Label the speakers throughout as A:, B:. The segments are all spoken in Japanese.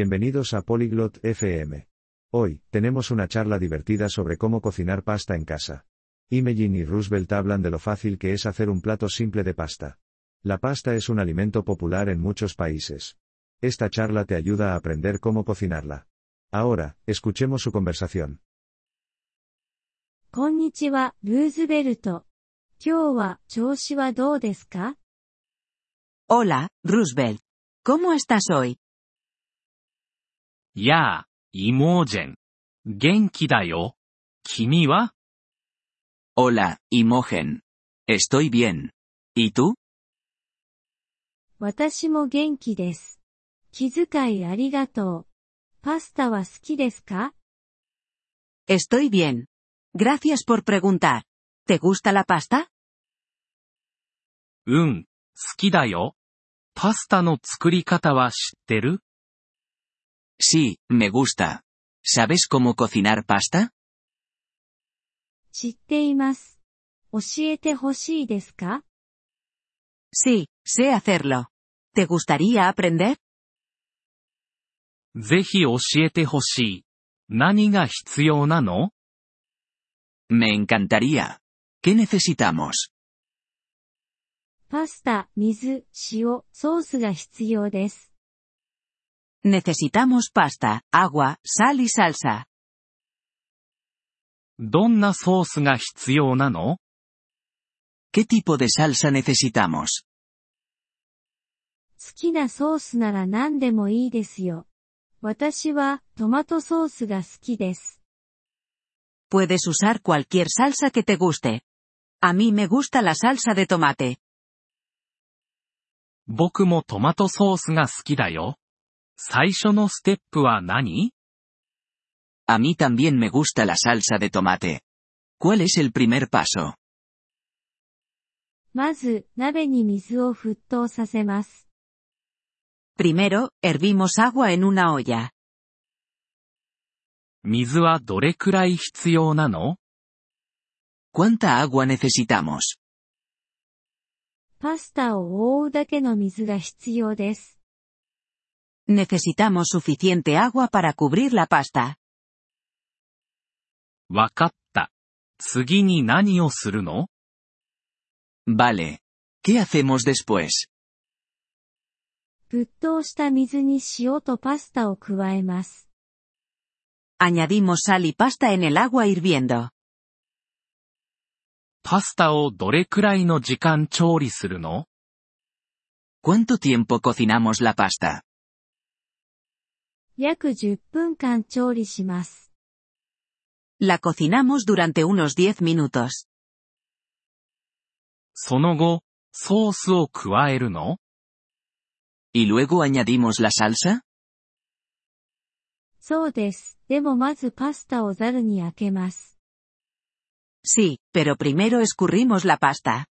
A: Bienvenidos a Polyglot FM. Hoy, tenemos una charla divertida sobre cómo cocinar pasta en casa. Imogen y Roosevelt hablan de lo fácil que es hacer un plato simple de pasta. La pasta es un alimento popular en muchos países. Esta charla te ayuda a aprender cómo cocinarla. Ahora, escuchemos su conversación.
B: こんにちは、ルーズベルト。今日は調子はどうですか
C: Hola, Roosevelt. ¿Cómo estás hoy?
D: やあ、イモージェン。元気だよ。君は
E: Hola, Imogen. Estoy bien. ¿Y tú?
B: 私も元気です。気遣いありがとう。パスタは好きですか
C: Estoy bien. Gracias por preguntar. ¿Te gusta la pasta?
D: うん、好きだよ。パスタの作り方は知ってる
E: Sí, me gusta. ¿Sabes cómo cocinar pasta?
B: 知っています。教えてほしいですか
C: Sí, sé hacerlo. ¿Te gustaría aprender?
D: ぜひ教えてほしい。何が必要なの
E: Me encantaría. ¿Qué necesitamos?
B: パスタ、水、塩、ソースが必要です。
C: Necesitamos pasta, agua, sal y salsa.
D: どんなソースが必要なの
E: ¿Qué tipo de salsa necesitamos?
B: 好きなソースなら何でもいいですよ。私はトマトソースが好きです。
C: Puedes usar cualquier salsa que te guste. A mí me gusta la salsa de tomate.
D: 僕もトマトソースが好きだよ。最初のステップは何
E: A mí también me gusta la salsa de tomate. ¿Cuál es el primer paso?
B: まず、鍋に水を沸騰させます。
C: Primero, hervimos agua en una olla.
D: 水はどれくらい必要なの
E: ¿Cuánta agua necesitamos?
B: パスタを覆うだけの水が必要です。
C: Necesitamos suficiente agua para cubrir la pasta.
D: わかった。次に何をするの
E: Vale. ¿Qué hacemos después?
B: 沸騰した水に塩とパスタを加えます。
C: Añadimos sal y pasta en el agua hirviendo.
D: パスタをどれくらいの時間調理するの
E: ¿Cuánto tiempo cocinamos la pasta?
B: 約10分間調理します。
C: La cocinamos durante unos 10 minutos.
D: その後、ソースを加えるの
E: ¿Y luego añadimos la salsa?
B: そうです。でもまずパスタをザルに開けます。
C: Sí, pero primero escurrimos la pasta.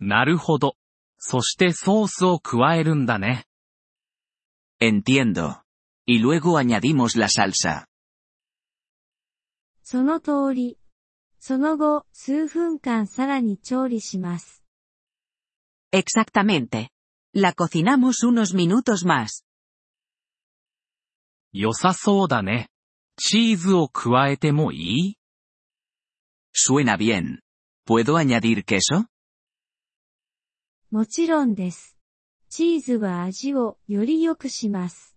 D: なるほど。そしてソースを加えるんだね。
E: Entiendo. Y luego añadimos la salsa.
B: その通り。その後、数分間さらに調理します。
C: Exactamente. La cocinamos unos minutos más.
D: 良さそうだね。チーズを加えてもいい
E: Suena bien. ¿Puedo añadir queso?
B: もちろんです。チーズは味をより良くします。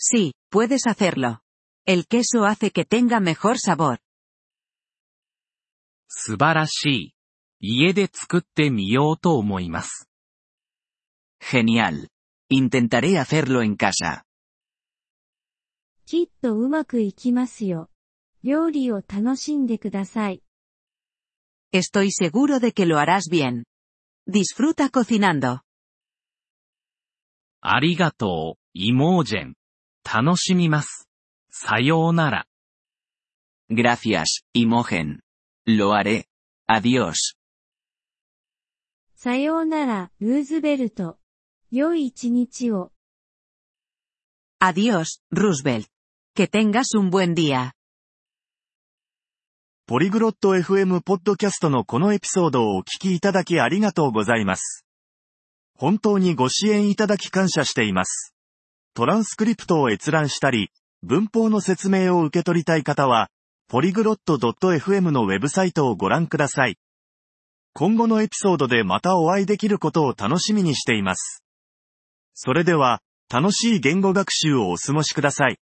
C: Sí, puedes hacerlo. El queso hace que tenga mejor sabor.
D: 素晴らしい。家で作ってみようと思います。
E: Genial. Intentaré hacerlo en casa.
B: きっとうまくいきますよ。料理を楽しんでください。
C: Estoy seguro de que lo harás bien. Disfruta cocinando.
D: ありがとう、イモージェン。楽しみます。さようなら。
E: Gracias, Imogen. Lo haré. Adiós.
B: さようなら、ルーズベルト。良い一日を。
C: Adiós, Roosevelt. Que tengas un buen día.
F: ポリグロット FM ポッドキャストのこのエピソードをお聞きいただきありがとうございます。本当にご支援いただき感謝しています。トランスクリプトを閲覧したり、文法の説明を受け取りたい方は、polyglot.fm のウェブサイトをご覧ください。今後のエピソードでまたお会いできることを楽しみにしています。それでは、楽しい言語学習をお過ごしください。